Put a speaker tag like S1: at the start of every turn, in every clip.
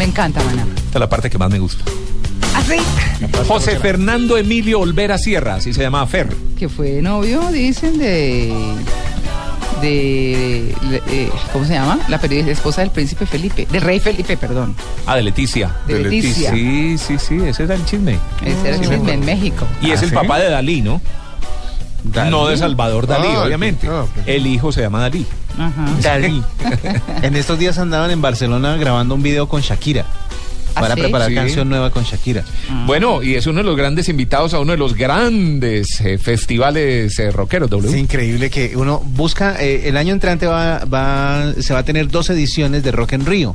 S1: encanta, Maná.
S2: Esta es la parte que más me gusta.
S1: ¿Así?
S2: José Fernando Emilio Olvera Sierra, así se llama Fer.
S1: Que fue novio, dicen, de. de. eh, ¿Cómo se llama? La periodista esposa del príncipe Felipe. Del rey Felipe, perdón.
S2: Ah, de Leticia.
S1: De Leticia.
S2: Sí, sí, sí, ese era el chisme.
S1: Ese era el
S2: Sí, me
S1: chisme en
S2: acuerdo.
S1: México.
S2: Y es
S3: ¿Ah,
S2: el
S3: sí?
S2: papá de Dalí, ¿no?
S3: Dalí.
S2: No de Salvador Dalí,
S3: Ah,
S2: obviamente.
S3: ah, ok.
S2: El hijo se llama Dalí.
S1: Ajá.
S3: Dalí. en estos días andaban en Barcelona grabando un video con Shakira.
S1: ¿Ah,
S3: Para
S1: sí?
S3: preparar
S2: Sí.
S3: canción nueva con Shakira.
S1: Mm.
S2: Bueno, y es uno de los grandes invitados a uno de los grandes eh, festivales eh, rockeros, W.
S3: Es increíble que uno busca, eh, el año entrante va, va, se va a tener dos ediciones de Rock en Río.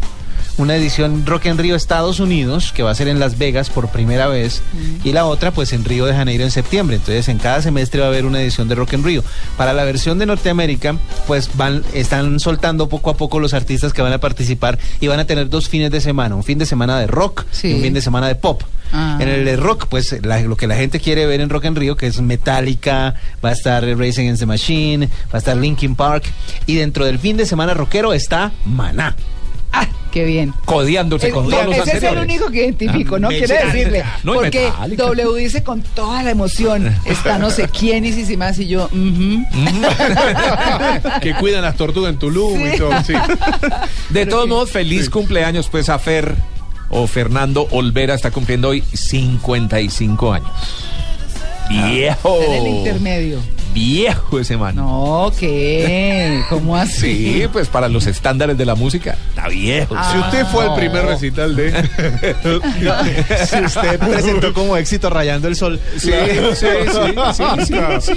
S3: Una edición Rock en Río Estados Unidos, que va a ser en Las Vegas por primera vez,
S1: Mm.
S3: y la otra pues en Río de Janeiro en septiembre. Entonces en cada semestre va a haber una edición de Rock en Río. Para la versión de Norteamérica, pues van, están soltando poco a poco los artistas que van a participar y van a tener dos fines de semana, un fin de semana de rock
S1: Sí.
S3: y un fin de semana de pop.
S1: Ah.
S3: En el de rock, pues la- lo que la gente quiere ver en Rock en Río, que es Metallica, va a estar Racing Against the Machine, va a estar Linkin Park, y dentro del fin de semana rockero está Maná.
S1: Ah, qué bien.
S2: Codiándose
S1: Es-
S2: con
S1: vea,
S2: todos los
S1: Eh, ese es el
S2: anteriores.
S1: único que identifico,
S3: Ah,
S1: ¿no? Quiero
S3: Metallica.
S1: decirle.
S2: No, y
S1: porque
S2: Metallica.
S1: W dice con toda la emoción, está no sé quién y si si más, y yo, ujú.
S4: que cuidan las tortugas en Tulum
S1: Sí.
S4: y todo, sí.
S2: De todos modos, feliz cumpleaños pues a Fer o Fernando Olvera está cumpliendo hoy 55 años.
S4: Ah.
S2: Viejo.
S1: Está en el intermedio.
S2: Viejo ese man.
S1: No, ¿qué? ¿Cómo así?
S2: Sí, pues para los estándares de la música, está viejo.
S1: Ah.
S4: Si usted fue al primer recital de.
S3: Si usted presentó como éxito Rayando el Sol.
S2: Sí, sí, sí, sí, sí, sí,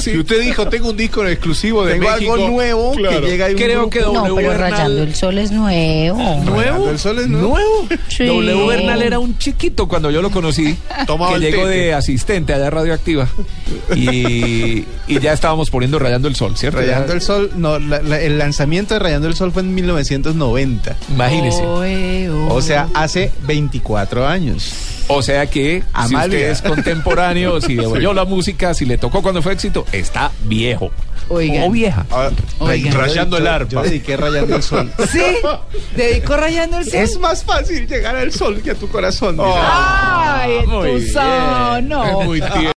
S4: Si usted dijo, tengo un disco en exclusivo de
S3: Tengo
S4: México.
S3: algo nuevo
S4: Claro.
S3: que llega ahí un
S2: Creo
S3: grupo.
S2: que
S5: No,
S2: W.
S5: pero
S2: Bernal-
S5: Rayando el Sol es nuevo.
S4: Nuevo. El sol es nuevo.
S5: Sí.
S2: W. Bernal era un chiquito cuando yo lo conocí,
S4: Tomaba
S2: que
S4: el
S2: llegó
S4: tete.
S2: de asistente allá a Radioactiva y, y ya estábamos poniendo Rayando el Sol, ¿cierto?
S3: Rayando
S2: Ya-
S3: el Sol, no, la- la- el lanzamiento de Rayando el Sol fue en 1990.
S2: Imagínese.
S1: Oh. Oe, oe.
S3: O sea, hace 24 años.
S2: O sea que
S3: Amalia.
S2: si usted es contemporáneo, si devolvió la música, si le tocó cuando fue éxito, está viejo.
S1: Oigan.
S2: O vieja.
S4: Ah,
S1: Oigan.
S4: rayando el
S3: Yo-
S4: arpa.
S3: Yo dediqué Rayando el Sol.
S1: Sí, dedicó rayando el sol.
S4: Es más
S1: Ah.
S4: fácil llegar al sol que a tu corazón. mira.
S1: Ay,
S2: Muy
S1: tu
S2: bien.
S1: no.
S4: Es muy tierno.